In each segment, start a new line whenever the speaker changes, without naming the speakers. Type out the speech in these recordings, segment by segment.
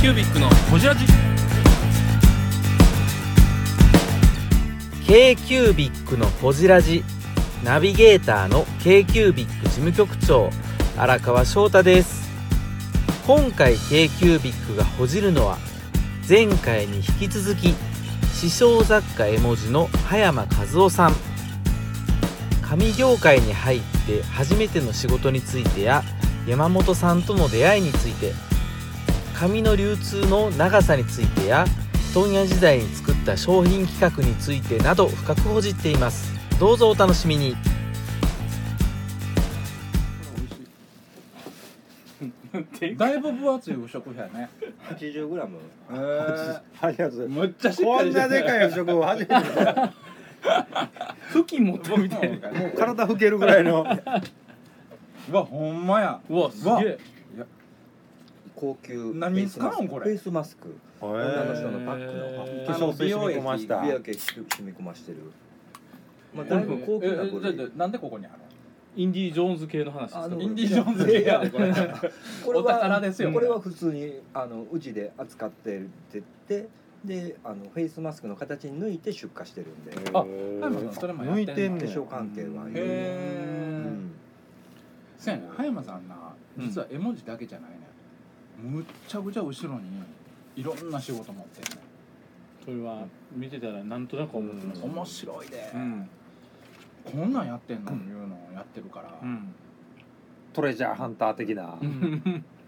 キュービックのホジラジ
k c ュービッのほじラジナビゲーターの k c ュービッ事務局長荒川翔太です今回 k c ュービッがほじるのは前回に引き続き師匠雑貨絵文字の葉山和夫さん紙業界に入って初めての仕事についてや山本さんとの出会いについて紙の流通の長さについてや問屋時代に作った商品企画についてなど深くほじっていますどうぞお楽しみに
だいぶ分厚い不食やね。
80グラム。
えー、
ありがとうございま
むっちゃ
す。
しっ
こ
か
ん
り
なで
い。
かい食を初めて見た。
付近持ったみたいな
もう体拭けるぐらいの
うわほんまや。
うわすげえ
高級
何に使うのこれ
フェイスマスク。女の人のパック
へ
の
ー
化粧水染み込ました。
あの
美
美容
容液染み込ましてる。まあ
だ
だ
い
いぶ
ぶ
高
高級
級
な
な
こ
こ
れ
れ。。
なんでここにあるの？
インディ・ジョーンズ系の話ですか
あの
インディジョーンズ系やでこれ。
これ
お宝ですよ
これは普通にあのうちで扱ってるって言って。であのフェイスマスクの形に抜いて出荷してるんで
あ葉山さんそれもやってん
抜
の
いてん
化
ねや
粧関係は
へ
いろいろう
え。
ん
せやね葉山さんな実は絵文字だけじゃないね。むっちゃくちゃ後ろにいろんな仕事持ってるね。
それは見てたらなんとなく思ってました
面白いで
う。ん
こんなんやってんのいうのをやってるから。
うん
トレジャーハンター的な、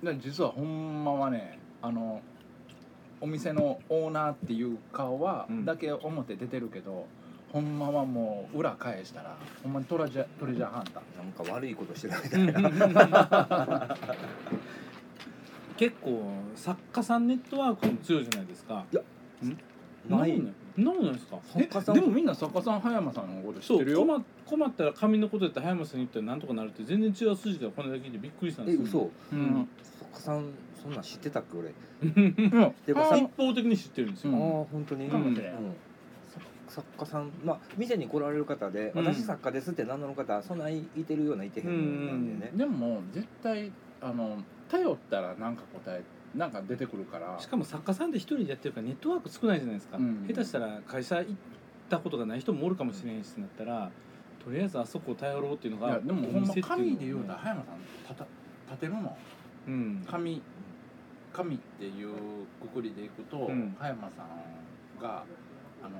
で実はほんまはねあのお店のオーナーっていう顔は、
うん
だけ表出てるけどほんまはもう裏返したらほんまにトラジャトレジャーハンター
なんか悪いことしてるみたいな
結構作家さんネットワークも強いじゃないですか
ない
んなんなんですか
作家さん
えでもみんな作家さん葉山さんのこと知っ
そ
てる
う
よ
困困ったら紙のことやったら早山さんに言ったらなんとかなるって全然違う筋でこのだけでびっくりしたん
え
ですよ
嘘
うん
作家さんそんなん知ってたっけ俺
うん
うん
でも
あ
さ
一方的に知ってるんですよ
う
ああ
ん
本当に、
う
か
ん
もしれん
うん作家さんまあ店に来られる方で「
うん
私作家です」って名乗る方そんないいてるようないてへんようなんでね、
でも絶対あの頼ったらなんか答えなんか出てくるから
しかも作家さんって一人でやってるからネットワーク少ないじゃないですか、
うん
下手したら会社行ったことがない人もおるかもしれんしってなったらとりあえずあそこを頼ろうっていうの
い
が
やでもほんま紙で言うたら
ら、
葉山さん立た立てるの
うん、
神神っていうくくりでいくと、
うん
葉山さんがあの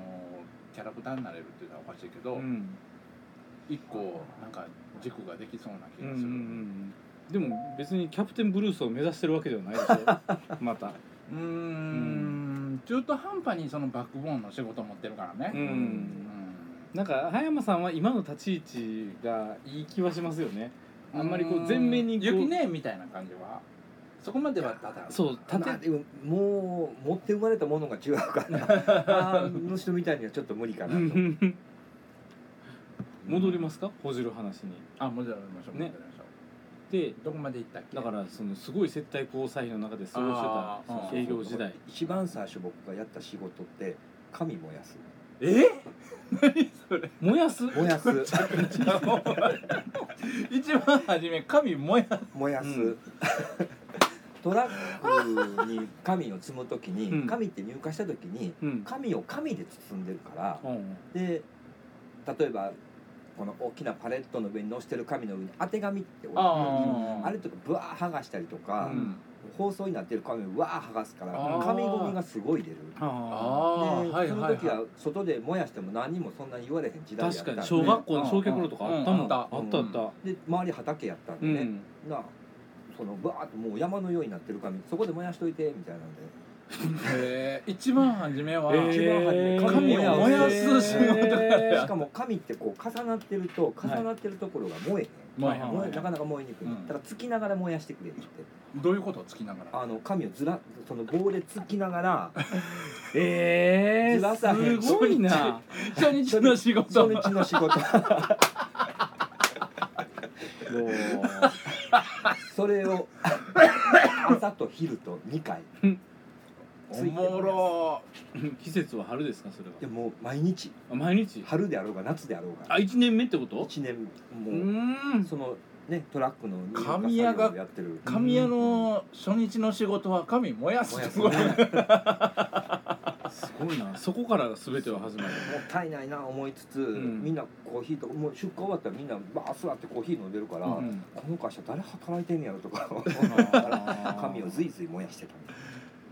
キャラクターになれるっていうのはおかしいけど、
うん
一個なんか軸ができそうな気
うんう
が
んう
する、
んでも別にキャプテンブルースを目指してるわけではないで しょまた
うーん中途半端にそのバックボーンの仕事を持ってるからね、
う
うん
んなんか葉山さんは今の立ち位置がいい気はしますよねあんまりこう全面にこう
雪ねみたいな感じはそこまではただ
そう
ただ
立て
でももう持って生まれたものが違うから あの人みたいにはちょっと無理かなと、
戻りますかほじる話に
あもちろんましょう
ね
戻りましょ
で
うどこまで行ったっけ
だからそのすごい接待交際費の中で過ご
あ
して
ーそうそう
た
そう
営業時代
一番最初僕がやった仕事って紙燃やす
え 何それ
燃やす
燃やす
一番初め神もや
燃やす、
うん
トラックに紙を積む時に、
うん
紙って入荷した時に
うん
紙を紙で包んでるから、
うん
で例えばこの大きなパレットの上に載せてる紙の上に当て紙って置いてある
あ
あれとかぶわー剥がしたりとか、
うん
包装になってる紙をわー剥がすから
あー
紙ゴミがすごい出る。
あ
で、
ああはい
その
はい
時
は
は外で燃やしても何にもそんなに言われへん時
ー
代やった
確
ん
か
で
に小学校の焼却炉とかあったもん
うん
あったあった
で周り畑やったん
う
でね、
ん
なそのバーッともう山のようになってる紙そこで燃やしといてみたいなんで
いへえ一番初めは、
えー
一番初め
紙を燃やす仕事
え
しかも紙ってこう重なってると重なってるところが燃え
まあ
はい
へん、
はい
燃えなかなか燃えにくい、
うん
ただつきながら燃やしてくれるって
どういうことをつきながら
あの紙をずらその棒でつきながら
え
ずらさへ
ー
ん
すごいな
初日の仕事
初日 の仕事それを朝と昼と2回
おもろ
季節は春ですかそれ
で
は
もう毎日
あ毎日
春であろうが夏であろうが
あ一年目ってこと
1年
う
もう
ーん
そのねトラックの入荷
神谷が
作業をやってる
神谷の初日の仕事は神燃やす
もや
と
す
こ
ね
ろ
すごいなそこから全ては始まる
もったいないな思いつつ、
ん
みんなコーヒーともう出荷終わったらみんなバース座ってコーヒー飲んでるから、
うん
この会社誰働いてんねやろ とか紙をずいずい燃やしてた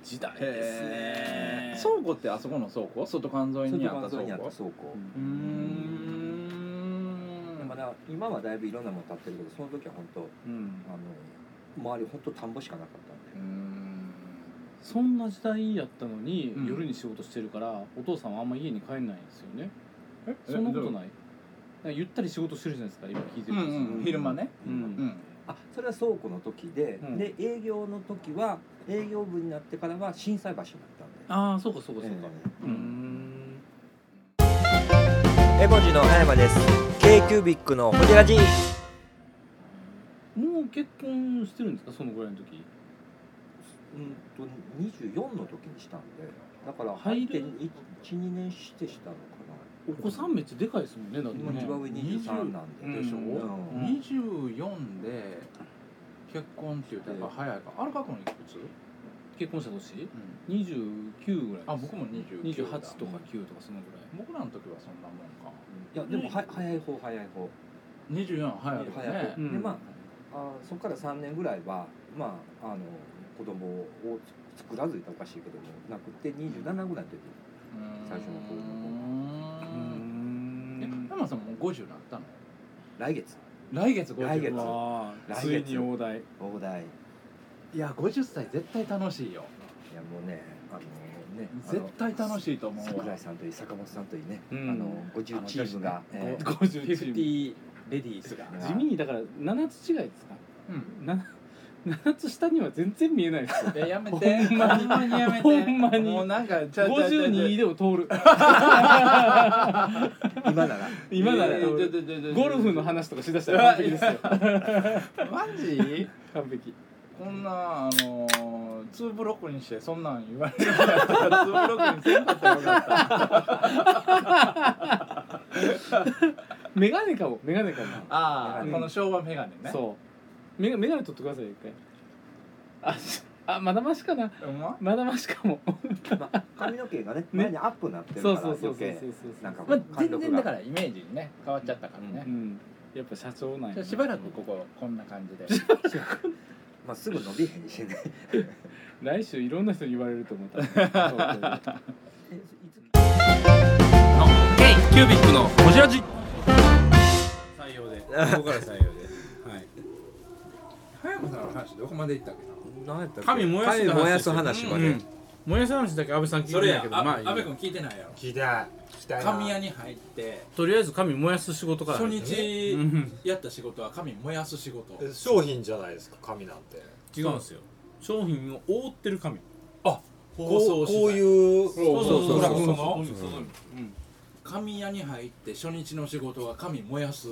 時代です
へ
ね
ー倉庫ってあそこの倉庫外環沿いにあっ
外側
た倉
にあった
庫
倉庫、
うん
うーん
でもな今はだいぶいろんなもの建ってるけどその時は本当
うん
あの周り本当田んぼしかなかったんで、
うーん
そんな時代やったのに、
うん
夜に仕事してるからお父さんはあんま家に帰んないんですよね
え
そんなこと
い
ないなんかゆったり仕事してるじゃないですか今聞いて
うん
る
うん
です
ん昼間ね
うん
うん
あそれは倉庫の時で、
うん
で営業の時は営業部になってからは心斎橋になったんで
ああそうかそうかそうか、
え
うーん
ー絵文字の葉山です k キュービックのホジラジ
もう結婚してるんですかそのぐらいの時
うんと24の時にしたんでだから
入る
入って12年してしたのかな
お子さんめっちゃでかいですもんねだって
今
ね
一番上23なんで、
うん
でしょ
うん
24で結婚って言ったらやっぱ早いから荒川君いくつ
結婚した年29ぐらいです
あ僕も29
28
だ
とか9とかそのぐらい
僕らの時はそんなもんか
いやでもは早い方早い方
24は早いよ
早い
ね
方、
うん
でまああーそこから3年ぐらいはまああの子供をつ作らずいたらおかしいけどもなくて27ぐらいの時に最初の頃の
う
方
うー
んえ
ん
タマさんもう50なったの
来月
来月50
来月
うわー
来
つい
月
に大台
大台い
いや50歳絶対楽しいよ
やもうねあのねあ
絶
の
対楽しいと思うわ
桜井さんといい坂本さんといいね、
うん
あの50チームが、
あの
えー
50チ
50
ーム
レディースが
地味にだから7つ違いですか
うん
な7つ下には全然見えないですよ
いややめて
ほんまに
ほんまにやめて
ほんまに
もうなんかちゃうちゃうちゃう
52でも通る
今なら
今なら
い
通
やいや
る
ちょちょちょちょ
ゴルフの話とかしだしたら完璧ですよ
マジ
完璧
こんなあのー、ツーブロックにしてそんなん言われるからツーブロックにせんかったらよかった
メガネかもメガネかも
あ
ー
この昭和メガネね
そうメガメガネ取ってくださいよ一回あしあまだましかな
うま
まだましかも
まあ、髪の毛がね前にアップになってるか
そう
ら
そうそうそう
余
そう
計
そう
なんか
まあ、
貫
全
禄
然
が
だからイメージにね変わっちゃったからね
う、んやっぱ社長なんや
じゃ
な
あしばらくこここんな感じで
まあ、すぐ伸びへん しね
来週いろんな人に言われると思った
えいつ
ケイキュービックのホジラジ
採用で
こ
こから採用ではい
早山さんの話どこまでいったっけな
何やったっけ
神燃やす話
神燃やす話まで、
うんうん燃やす話だけ安倍さん聞いて
そ
な
れ
い
や
けど
あ
まあいい
阿部君聞いてないやろ
聞いた聞きたいな
神谷に入って
とりあえず神燃やす仕事から
初
入ってね
日
うん
やった仕事は神燃やす仕事
え商品じゃないですか紙なんて
違うんですよ商品を覆ってる紙
放送
こうこう
取材
いう
そうそうそう
グラフ
そう
の
神谷に入って初日の仕事は神燃やす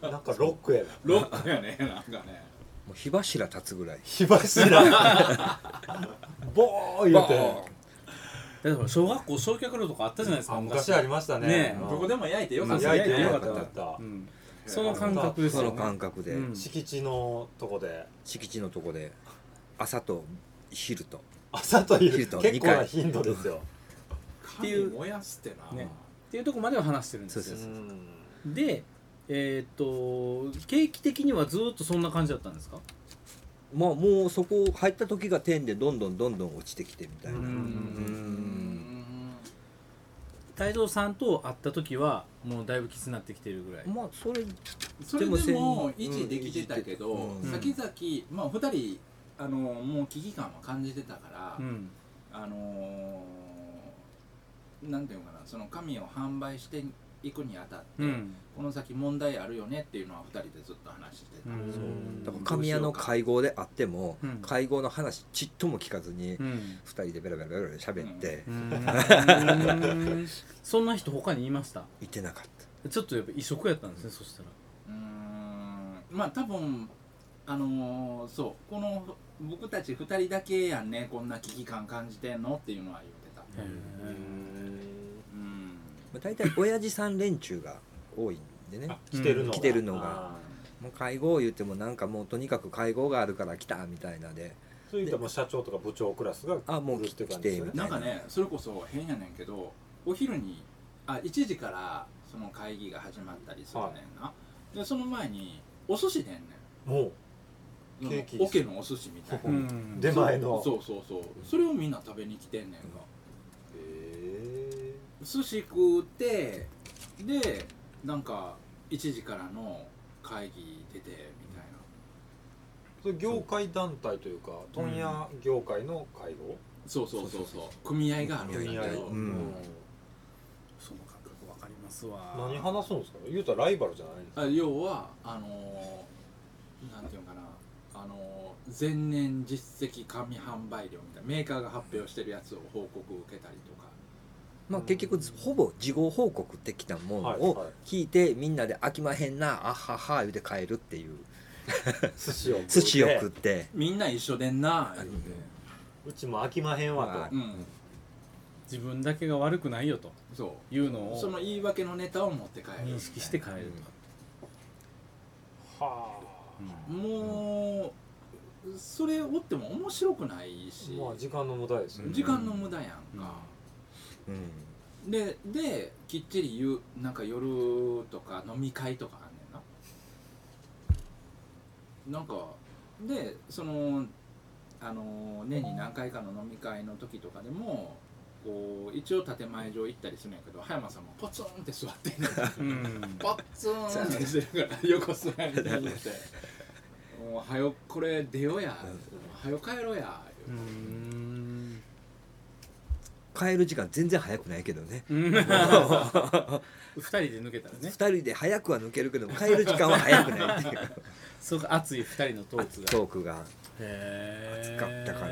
なんかロックやな
ロックやねなんかね
もう火柱立つぐらい
火柱ボー言うて
だから小学校焼却炉とかあったじゃないですか
あ昔ありましたね
ねえ
うん
どこでも焼いてよか
ま
っ
あ
た
焼いて
よ
よ
かっ
かったた
よか
よ
っ
か
う
っ
んその感覚です
そ
よ
の
ね
感覚で、
うん
た敷地のとこで
敷地のとこで朝と昼と
朝という
昼と
結構
二
な
回
頻度ですよ
て
神
いう
燃やすってな、
ねっていうとこまでは話してるんですよ
そうそう
でえーっと景気的にはずーっとそんな感じだったんですか
まあもうそこ入った時が点でどんどんどんどん落ちてきてみたいな、うん
太蔵さんと会った時はもうだいぶきつなってきてるぐらい
まあそれ
それでも
でも
維持できてたけど、
うん
先々、まあ、2人あのもう危機感は感じてたから、
うん
あのーなんていうのかなその紙を販売していくにあたって、
うん
この先問題あるよねっていうのは2人でずっと話してた、
うん
だから神谷の会合であっても、
うん
会合の話ちっとも聞かずに、
う
二
ん
人でベラベラベラベラ喋って、
うーんそんな人他にいました
行ってなかっ
ちょっとやっぱ異色やったんですねそしたら
うーんまあ多分あのーそうこの僕たち2人だけやんねこんな危機感感じてんのっていうのは言ってたうん
た、まあ、大体親父さん連中が多いんでね
来てるの
来てるのが
あ
もう会合言ってもなんかもうとにかく会合があるから来たみたいなで
そういったらもう社長とか部長クラスが
あもう
来る
来
って
て
感
来
じで
て
すよね
みたい
な
なん
かねそれこそ変やねんけどお昼にあ1時からその会議が始まったりするねんな、でその前にお寿司でんね
もうんケーキ
オケのお寿司みたいな、
うん
出前の
そうそうそうそうそれをみんな食べに来てんねんが、
へ
寿司食うてでなんか1時からの会議出てみたいな
ーそれ業界団体というか問屋業界の会合
そうそうそうそう組合があるん
組
だ
合
けど、
の
うん
その感覚わかりますわ
何話すんですか言うたらライバルじゃないんですか
あ要はあのーなんていうのかなあのー前年実績上販売量みたいなメーカーが発表してるやつを報告受けたりとか
まあ、結局ほぼ事後報告的なもの
はいは
を
い
聞いてみんなで飽きまへんなあっはっは言うて帰るっていう
寿司を食うて
寿司を食って
みんな一緒でんな言うて
うちも飽きまへんわ
は
と
い
うん
自分だけが悪くないよと
そ
いうの
うその
を
言い訳のネタを持って帰る
認識して帰る
は
もうそれ追っても面白くない
あ
し、
まあ時間の無駄ですよね
時間の無駄やんか、
うん
でできっちり言うなんか夜とか飲み会とかあんねんななんかでそのあの年に何回かの飲み会の時とかでもこう一応建前上行ったりするんやけど葉山さんもポツンって座ってんねん
と、うん
ポツンってしてるから横座りになって「もうはよこれ出ようや」「はよ帰ろうや」
うん
帰る時間全然早くないけどね
2人で抜けたら
二
ね
人で早くは抜けるけど帰る時間は早くないっていう
すごく熱い2人のトークが
トークが
へ
熱
え
かったか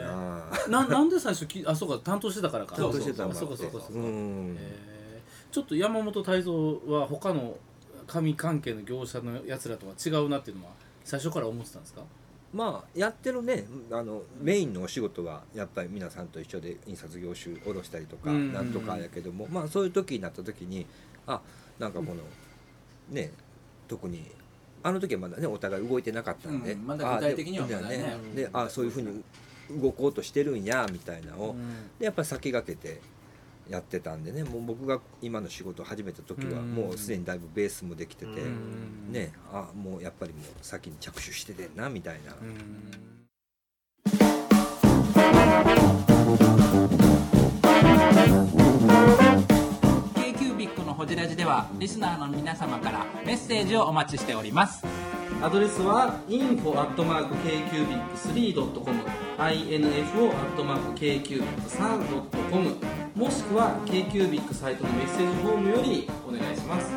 な、
ななんで最初きあそうか担当してたからか
担当してた
あ
もん
そうかそうかそう
う
か
ん
へーちょっと山本泰造は他の紙関係の業者のやつらとは違うなっていうのは最初から思ってたんですか
まあやってるねあのメインのお仕事はやっぱり皆さんと一緒で印刷業種下ろしたりとか
うん
なんとかやけども、まあそういう時になった時にあなんかこの、ね特にあの時はまだねお互い動いてなかったんで、
うんまだ具体的には
あ
ま
で
だね
であそういうふうに動こうとしてるんやみたいなのを、でやっぱり先駆けてやってたんでねもう僕が今の仕事を始めた時は
うん
もうすでにだいぶベースもできてて、
うん
ねあもうやっぱりもう先に着手しててんなみたいな。
うん
アドレスは info.kcubic3.com info.kcubic3.com もしくは KQBIC サイトのメッセージフォームよりお願いします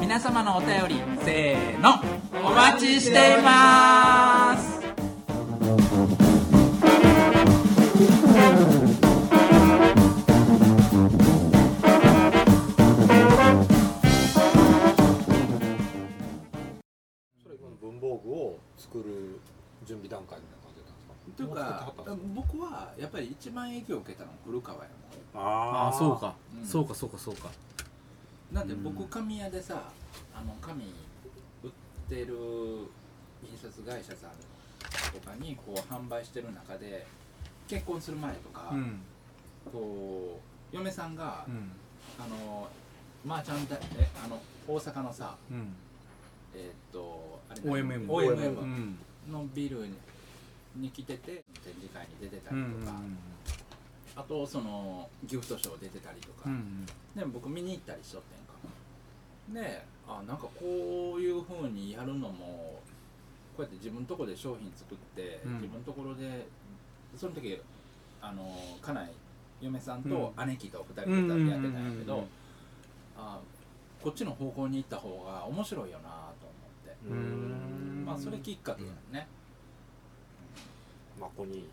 皆様のお便りせーのお待ちしています
それ今の文房具を作る準備段階みた
と
い
いう
な感
か
じだったんですか
僕はやっぱり一番影響を受けたのは古川や
ああそうか、
うん
そうかそうかそうか
もんなんで僕紙屋でさあの紙売ってる印刷会社さんとかにこう販売してる中で結婚する前とか、
ん
こう嫁さんが、
ん
あのまあちゃんだえあの大阪のさ
うん
えーっとあれ
OMM
OMM
うん
のビルにに来てて展示会に出てた
う
り
ん
とか、あとそのギフトショー出てたりとか、
うん
で僕見に行ったりしとってんかであなんかこういうふうにやるのもこうやって自分とこで商品作って、
うん
自分ところでその時あの家内嫁さんと
う
姉貴と2
うんうん
人
うん
で
う
やってたんやけ
ん
どあこっちの方向に行った方が面白いよなと思って、
うーん
まあそれきっかけやね、
まあここに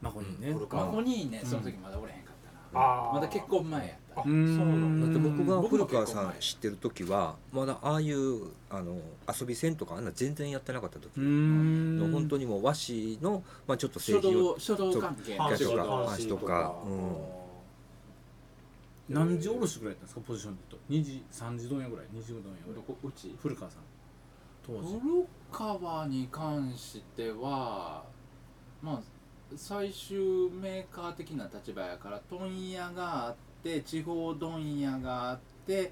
まあこれね
これ
まあ、
か
こにねその時まだおれへんかったな、
あー
まだ結婚前やった
あそうなん
だ
だ
って僕が
僕も
古
結構
川さん
前
知ってる時はまだああいうあの遊び線とかあんな全然やってなかった時
う
の
ん
本当にもう和紙の、まあ、ちょっと製
書
品を
道書道関係
とか
話
話とかうん
何時おろしぐらいやったんですかポジションで言うと2時3時問屋ぐらい2時問屋ぐら
ど
い
こうち
古川さん当時
古川に関してはまあ最終メーカー的な立場やから問屋があって地方問屋があって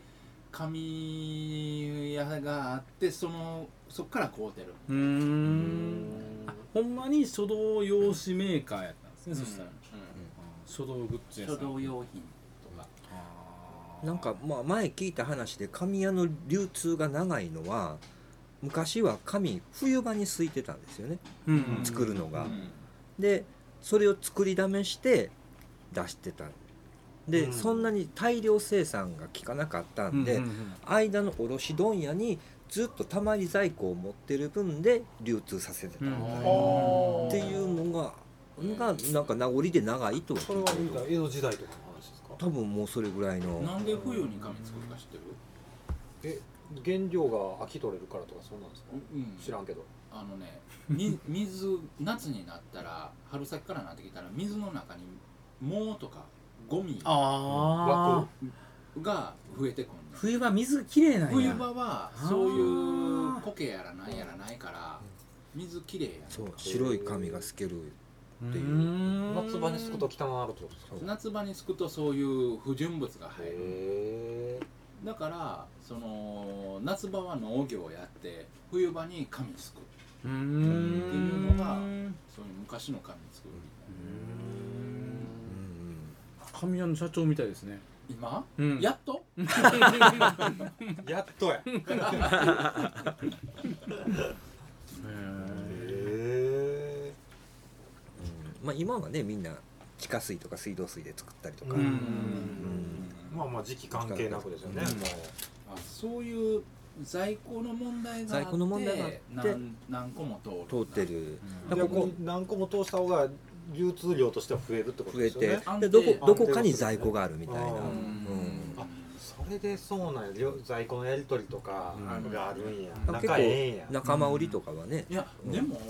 紙屋があってそのそっから買うてる
うーんあほんまに書道用紙メーカーやったんですね、そしたら、
う
書道グッズ
ん
屋さ
書
ん
道用品とか
あー
なんかまあ前聞いた話で紙屋の流通が長いのは昔は紙冬場に空いてたんですよね
うんうん
作るのが。
うん
でそれを作りだめして出してたで、
うん
そんなに大量生産が効かなかったんで、
うんうんうん
間の卸問屋にずっとたまり在庫を持ってる分で流通させてた
うん
みたいな、っていうのががなんか名残で長いとは
それ
聞い
は
たけ
見
ど
た江戸時代とかの話ですか
多分もうそれぐらいの
なんで冬に紙作るか知ってる
え原料が秋取れるからとかそうなんですか
うん
知らんけど
あのねみ 水夏になったら春先からなってきたら水の中に藻とかゴミ
ああ
が増えてくんの
冬場水きれいなんや
冬場はそうい
あ
う
ー
苔やらなんやらないから水きれいやん
そう白い紙が透ける
っ
っていう
夏場にすくと汚なるってことですか
夏場にすくとそういう不純物が入る
へえ
だからその夏場は農業をやって冬場に紙すく
うー
っていうんのがそういう昔の紙作る
うん
神谷の社長みたいですね
今
うん
やっと
やっとやへえ
うんまあ今はねみんな地下水とか水道水で作ったりとか、
うん
うん
まあまあ時期関係なくですよね
うん
も
あそういう在庫の問題があって
在庫の問題があって
何何個も通る
通ってる
う
なんか
逆
こう
に何個も通した方が流通量としては増えるってこと
増え
ですよ
て、
ね
安定
でど
安定
こどこかに在庫があるみたいな、
うん
うん
あそれでそうなんやりょ在庫のやり取りとか
うん
があるんや
ん
仲ええんや
仲間売りとかはね、
いや、
うん
でも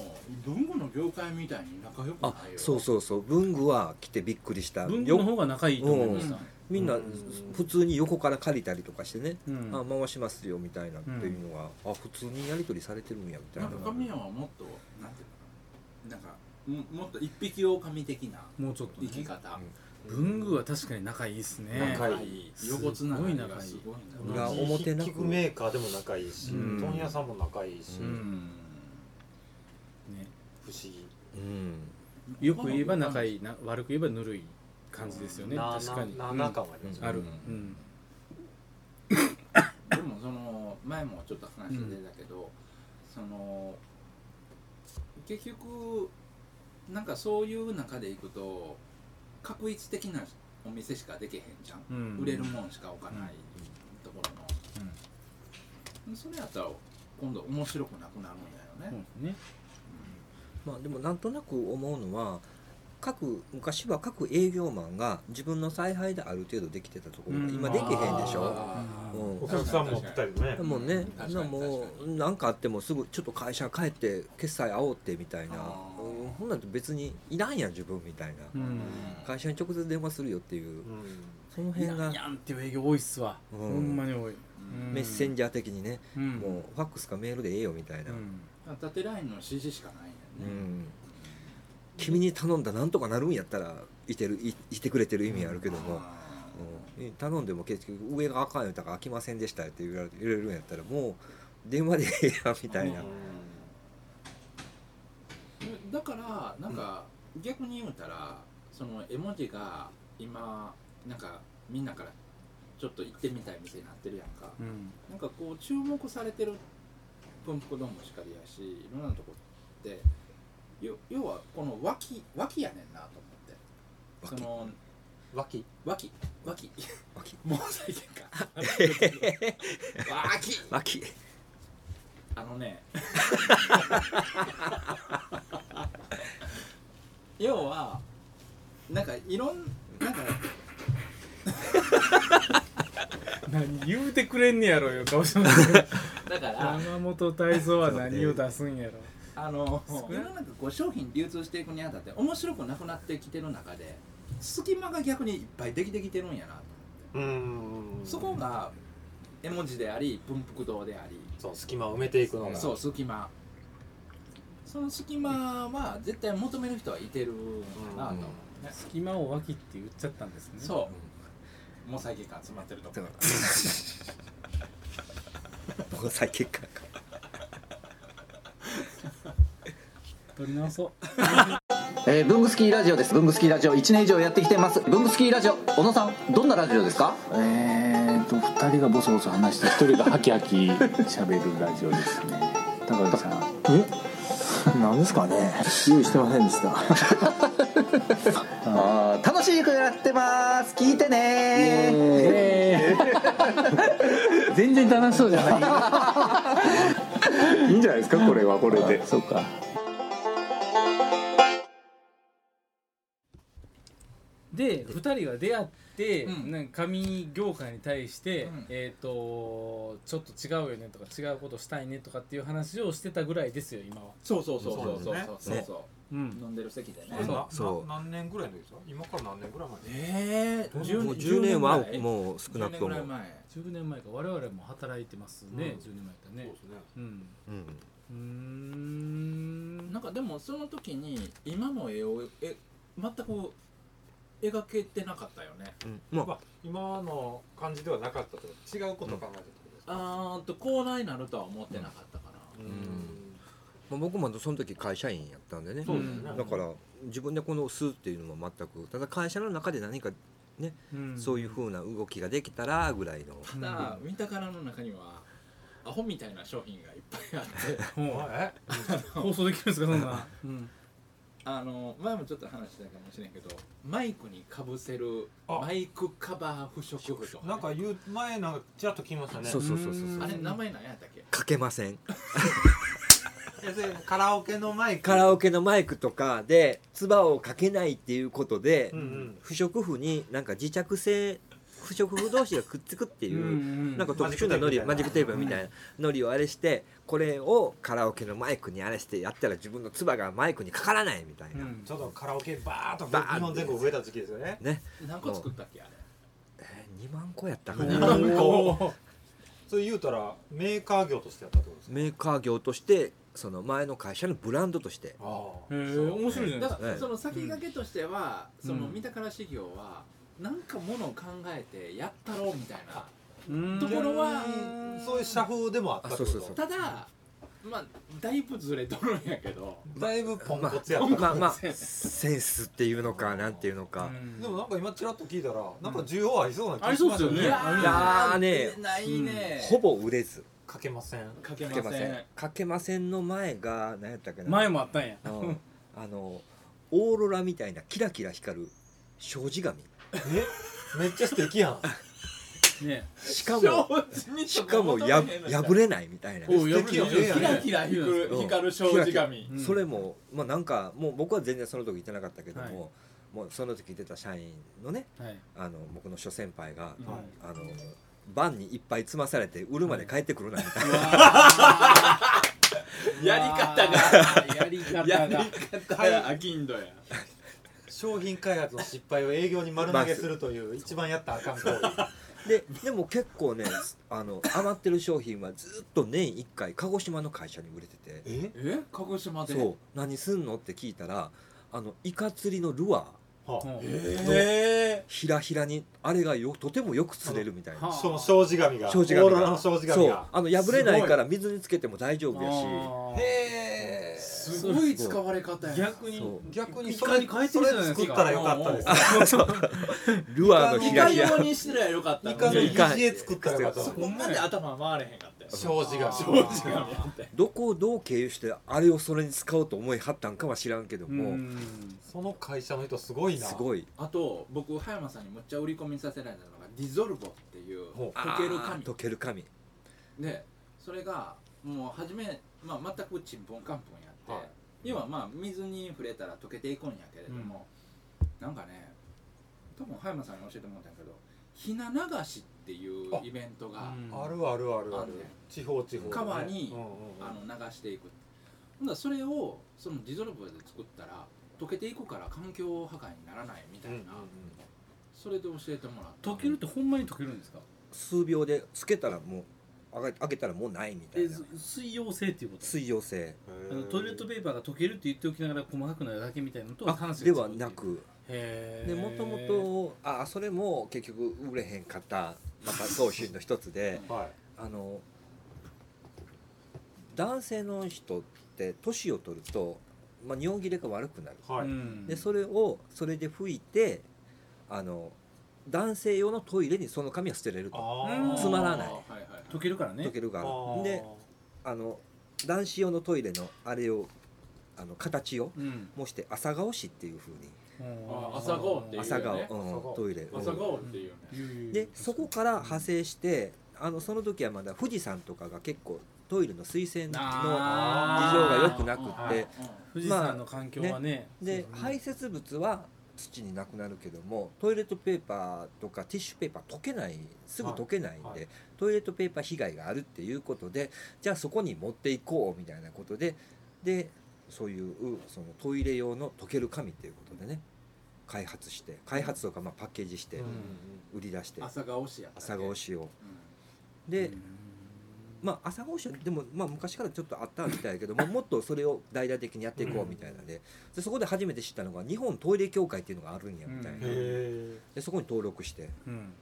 文具の業界みたいに仲良く
あ
ないよ
そうそうそう文具は来てびっくりした
文具の
よ
方が仲いいと思いま
う
し
ん
た
みんな普通に横から借りたりとかしてね、
うん
あ回しますよみたいなっていうのが、あ普通にやり取りされてるんやみたい
な
なん
か神谷はもっとなんていうのかななんかももっと一匹狼的な
もうちょっと
生
ね
き方、
文具は確かに仲いいですね
仲いい
横つながりがすごい
す
ん
ごい
だ
裏仲
な
表なく
聞くメーカーでも仲いいし
うん
問屋さんも仲いいし
う
うんん
ね
不思議
うん
よく言えば仲いいな悪く言えばぬるい感じですよね
な
確かに
な
うん
な仲間ありますよ
ある
うん
うん
でもその前もちょっと話してたけど、その結局なんかそういう中でいくと確一的なお店しかできへんじゃん、
うん
売れるもんしか置かないところの、それやったら今度面白くなくなるんだよ
そう
ね、
ですね
まあでもなんとなく思うのは各昔は各営業マンが自分の采配である程度できてたところが今できへんでしょ、
あ
う
ー
ん
お客さんも来たりね
もうね、
確か
な
に
も
確か
う何かあってもすぐちょっと会社帰って決済煽ってみたいな
あー
うんほんなんて別にいらんやん自分みたいな、
うん
会社に直接電話するよっていう
うん
その
い
辺
や
が
いやんっていう営業多いっすわ
う
ほ
ん
んまに多い
うん
メッセンジャー的にね、
うん
もうファックスかメールでええよみたいな、うん
だから縦ラインの指示しかないんだよね、
君に頼んだなんとかなるんやったらいてるいいてくれてる意味あるけども、
あ
うんえ頼んでも結局上があかん言うたから開きませんでしたって言われ言われるんやったらもう電話でええやんみたいな、
ーだからなんか逆に言うたらその絵文字が今なんかみんなからちょっと行ってみたい店になってるやんか、
うん
なんかこう注目されてる文福ドームしかりやしいろんなとこってよ要はこの脇脇やねんなと思って
脇
その
脇
脇脇
脇
もう最近か脇
脇
あのね 要はなんかいろんなんか
何言うてくれんねやろよ川島
だから
山本泰造は何を出すんやろ
あの世の中こう商品流通していくにあたって面白くなくなってきてる中で隙間が逆にいっぱいできてきてるんやなと思って
うん
そこが絵文字であり文福堂であり
そう隙間を埋めていくのが
そう隙間その隙間は絶対求める人はいてるんだなと思うね、
隙間を脇って言っちゃったんですね
そう毛細血管詰まってるとこ
毛細血管か
取り直そう
えー、ブングスキーラジオですブングスキーラジオ1年以上やってきてますブングスキーラジオ小野さんどんなラジオですか
えーと2人がボソボソ話して1人がハキハキ喋るラジオですね高橋さん
えなんですかね用意してませんでした あー楽しい曲やってます聞いてね
全然楽しそうじゃない
いいんじゃないですかこれはこれで
そうか
で2人が出会って、
うん
なんか紙業界に対して、
うん
えっ、とちょっと違うよねとか違うことしたいねとかっていう話をしてたぐらいですよ今は、
そうそうそうそうそう
ね
そうそう
うん、
飲んでる席でね
えな
そう
な何年ぐらいの時ですか今から何年ぐらい前
ええ
もう10年は
う
もう少なくと
ぐ
も
らい前
10年前か我々も働いてますね、10年前か
そう
ね
ですね
うん
うん
うーん
なんかでもその時に今の絵をえ全く描けてなかったよね
うんま
まあ今の感じではなかったと違うことを考えてたってことですか
あーんとこうなになるとは思ってなかったから、
うん
あ僕もその時会社員やったんでね
そうですね
だから自分でこの「す」っていうのも全くただ会社の中で何か
うん
そういうふうな動きができたらぐらいの
ただ見たからの中にはアホみたいな商品がいっぱいあって
もう
え
放送できるんですかそんな、うん、
あの前もちょっと話したかもしれんけどマイクにかぶせる
あ
マイクカバー不織布とかね、
なんか言う前なんかちらっと聞きましたね
そうそうそうそうそう
あれ名前何やったっけ
かけません
えそれカラオケのマイク
カラオケのマイクとかで唾をかけないっていうことで、
うんうん
不織布になんか自着性不織布同士がくっつくっていう、なんか特殊なノリマ
マ
ジ
ジ
ック
ック
テー
テ
プみたいなノリをあれしてこれをカラオケのマイクにあれしてやったら自分の唾がマイクにかからないみたいな、
ちょっとカラオケバーっと
バーッ
日本全国増えた時期ですよね
何個作ったっけあれ
えー2万個やったか
2
な
万個それ言うたらメーカー業としてやったってことですか
メーカー業としてその前の会社のブランドとして
ああ
へえ面白いじゃないで
だ
すか
から、
ええ
その先駆けとしては、
うん
その
うん
見たから修行はなんかものを考えてやったろうみたいな
うん
ところは
そういう社風でもあったってこと
あそうそう
ただまあだいぶずれとるんやけど
だいぶポンコツやった、
まあまあセンスっていうのかなんていうのか、
うん
でもなんか今ちらっと聞いたらなんか需要ありそうな気
あり
が
そ
し
うで
ますす
よ
よ
ね
ね、
いやーね
ないね、
ほぼ売れず
かけません
かけ
かけ
ません
ませんかけませんの前が何やったっけな
前もあったんや
うんあのオーロラみたいなキラキラ光る障子紙
えめっちゃ素敵やん
ね
しかもしかもや破れないみたいな、
おう
素敵よね
破れてる
キラキラ光る
うん
光る障子紙
うん
それもまあなんかもう僕は全然その時行ってなかったけども、
はい
もうその時出た社員のね
はい
あの僕の諸先輩が、
うん
はい
あのバンにいっぱい詰まされて売るまで帰ってくるなみたいな、
やり方
がやり方
やり
が
方や飽きんどや
商品開発の失敗を営業に丸投げするという一番やったらあかん行為
ででも結構ねあの余ってる商品はずっと年1回鹿児島の会社に売れてて
え
え鹿児島で
そう何すんのって聞いたらあのイカ釣りのルアー
は
うん
え
ひらひらにあれがよとてもよく釣れるみたいな
あ、
は
その障子紙が
障子紙が
オーロラの障子
そ
紙
う
が
あの破れないから水につけても大丈夫やし
へえ
ー、すごい使われ方や
逆に
そう
逆に
一
そ
回
れ
に変えて
そ
る
れ
じゃないですか
作ったらよかったですね
ルアーの
イ
ひら
カ
ひら
用にしてりゃよかった
イカの
に
擬似絵作ったらよかった
そこまで頭回れへんかったよ
障子紙
障子紙やって
どこをどう経由してあれをそれに使おうと思いはったんかは知らんけども、
その会社の人すごいな
すごい
あと僕葉山さんにむっちゃ売り込みさせられたのがディゾルボっていう
ほう
溶ける
あー溶
紙
ける紙
でそれがもう初め、まあ、全くちんぽんかんぽんやって、
はい
要はまあ水に触れたら溶けていくんやけれども、なんかね多分葉山さんに教えてもらったんやけどひな流しっていうイベントが
あるあるあるあ
あ
る
るね
地方地方ね
川に
うんうんうん
あの流していくほんだらそれをそのディゾルボで作ったら溶けていくから環境破壊にならないみたいな、
うんうんうん
それで教えてもらっ
溶けるってほんまに溶けるんですか
数秒でつけたらもう上げ上げたらもうないみたいな
水溶性っていうこと
水溶性
あのトイレットペーパーが溶けるって言っておきながら細かくなるだけみたいなのとは
あ
話
ではなく
へ
でもともとあそれも結局売れへんかったまた商品の一つで、あの男性の人って年を取ると、まあ、尿切れが悪くなる、
はい
うん
でそれをそれで拭いてあの男性用のトイレにその紙は捨てれると
ー
つまらない
溶けるからね
溶けるがある
あー
であの男子用のトイレのあれをあの形を
うん
模して朝顔紙っていうふうに
あ朝顔っていうよね
朝顔、うん
朝顔
トイレうん
朝顔っていうよね
でそこから派生してあのその時はまだ富士山とかが結構トイレの水洗の事
あー
情が良くなく
うん
っ
うんう
て
ん富士山の環境はね
で排泄物は土になくなるけどもトイレットペーパーとかティッシュペーパー溶けないすぐ溶けないんで、
はいはい
トイレットペーパー被害があるっていうことでじゃあそこに持っていこうみたいなことででそういううそのトイレ用の溶ける紙っていうことでね開発して開発とかまあパッケージして売り出して、
朝顔紙やったっけ
朝顔紙を、で、まあ朝顔紙はでもまあ昔からちょっとあったみたいやけどももっとそれを大々的にやっていこうみたいなんででそこで初めて知ったのが日本トイレ協会っていうのがあるんやみたいな、
うんへ
でそこに登録して、うん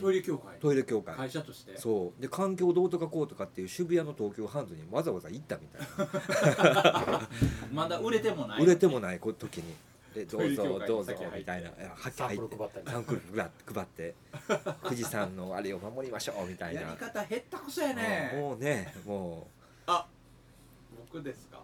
トイレ協会
トイレ協会
会社として
そうで環境どうとかこうとかっていう渋谷の東急ハンズにわざわざ行ったみたいな
まだ売れてもない
売れてもないこ時にでど
トイ
う
レ協
ぞ
会
ど
の
うぞ
先入って
みたいないやはっきり入って
サ
ンクル配って配 って富士山のあれを守りましょうみたいな
やり方減ったこそやね
もうねもう
あ僕です か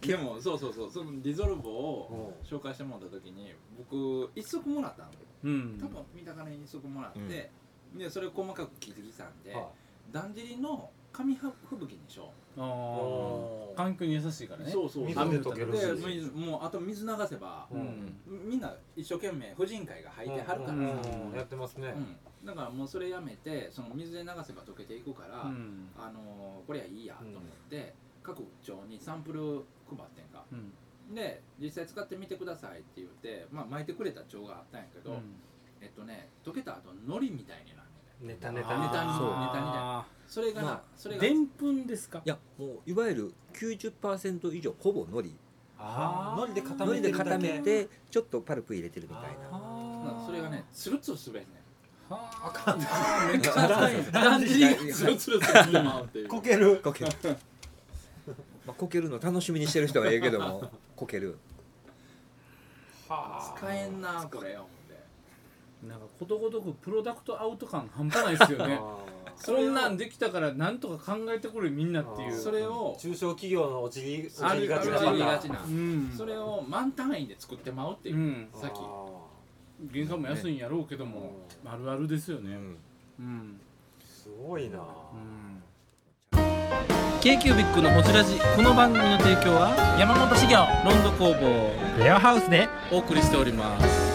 でもそうそうそうそのディゾルボを紹介してもらった時に僕一足もらったの、
うん
多分見たからに一足もらって、でそれを細かく聞いてきたんで、
はい
だんじりの紙吹雪にしよう
ああ環境に優しいからね
そうそう
雨の時
で水もうあと水流せば、
うん
みんな一生懸命婦人会が入ってはるからさ、
うんやってますね
うんだからもうそれやめてその水で流せば溶けていくから、
うん
あのーこれはいいやと思って、各町にサンプル配ってんか、
うん
で実際使ってみてくださいって言って、まあ、巻いてくれた町があったんやけ
う
ど、
ん
えっとね溶けた後のりみたいになる
ネ
タネタ
ネタに
そう
ネタみたいなそれがな、
まあ
それが
でん
ぷんですか
いやもういわゆる90%以上ほぼ海苔
あー海苔で固めて
海苔で固めてちょっとパルプ入れてるみたいな
まあそれがねつるつるすべんね
は
あかん
ない
めっちゃ硬いね断じりがつるつるすべってまうっていう
こけるこけるまあこけるの楽しみにしてる人はええけど もこける
使えんなこれよ
なんかことごとくプロダクトアウト感半端ないですよね
あ
そんなんできたからなんとか考えてこれみんなっていう
それ
を
中小企業の陥り
あ
陥り
る
が
あ
ち
る
な
ありがちな、
うん
それを満単位で作ってまうっていう、
うん
さっき
原価も安いんやろうけども、あるあるですよねうん
すごいな、
k q b i c のホジラジこの番組の提供は山本資源ロンド工房レアハウスでお送りしております